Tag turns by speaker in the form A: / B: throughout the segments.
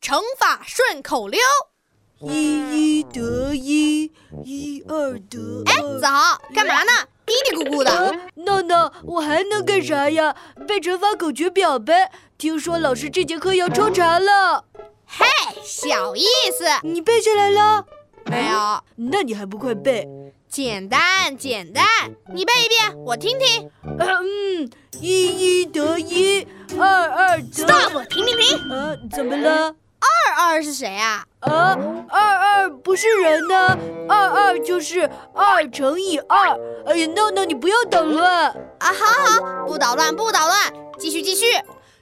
A: 乘法顺口溜。
B: 一一得一，一二得
A: 哎，
B: 二。
A: 子豪，干嘛呢？嘀嘀咕咕的。
B: 闹闹，我还能干啥呀？背乘法口诀表呗。听说老师这节课要抽查了，
A: 哎，小意思。
B: 你背下来了？
A: 没有，
B: 那你还不快背？
A: 简单简单。你背一遍，我听听。
B: 嗯，一一得一，二二得。
A: 停停停。
B: 呃，怎么了？
A: 二二是谁啊？
B: 啊，二二不是人呢、二二就是二乘以二。哎呀，闹闹，你不要捣乱。
A: 啊，好好，不捣乱不捣乱，继续继续。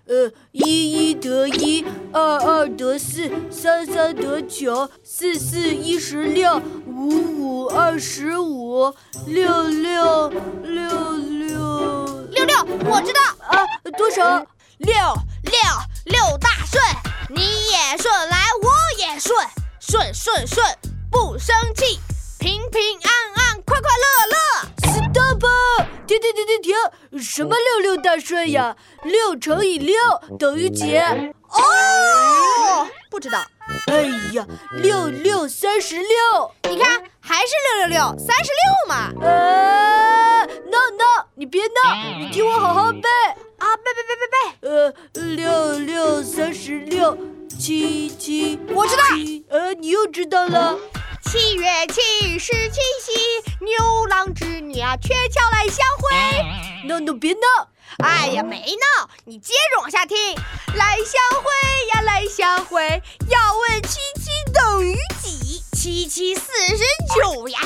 B: 呃，一一得一，二二得四，三三得九，四四一十六，五五二十五，六六六六
A: 六六，我知道，
B: 啊，多少？
A: 六六六大顺，你也顺来，我也顺，顺顺顺，不生气，平平安安，快快乐乐。
B: Stop！停停停停停！什么六六大顺呀？六乘以六等于几？
A: 哦，不知道，
B: 哎呀，六六三十六。
A: 你看还是六六六，三十六嘛。
B: 啊！闹闹，你别闹，你听我好好背。
A: 啊，背背背背背，
B: 呃，六六三十六，七七，
A: 我知道
B: 七。呃，你又知道了？
A: 七月七十七夕，牛郎织女啊，鹊桥来相会。
B: 闹闹，别闹！
A: 哎呀，没闹，你接着往下听。来相会呀，来相会，要问七七等于几？七七四十九呀，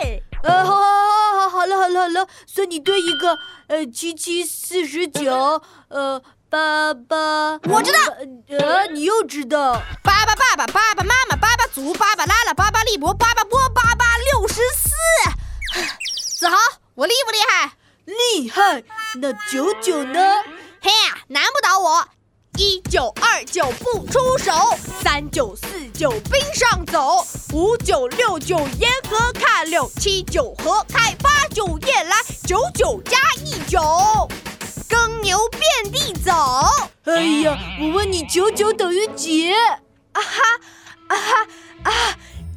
A: 嘿！
B: 呃，好，好，好，好，好了，好了，好了，算你对一个。呃，七七四十九，呃，八八。
A: 我知道
B: 呃。呃，你又知道？
A: 爸爸爸爸爸爸妈妈爸爸族爸爸拉拉爸爸利伯爸爸波爸爸六十四。 子豪，我厉不厉害？
B: 厉害！那九九呢？
A: 嘿呀，难不倒我。一九二九不出手，三九四九冰上走，五九六九沿河看柳，七九河开，八九夜来，九九加一九，耕牛遍地走。啊
B: 哎呀，我问你，九九等于几？
A: 哈啊哈啊！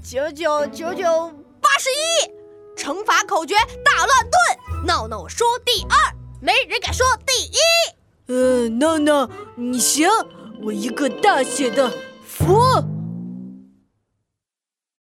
A: 九九九九八十一，乘法口诀大乱炖。闹闹说第二，没人敢说第一。
B: 呃，闹闹，你行，我一个大写的服。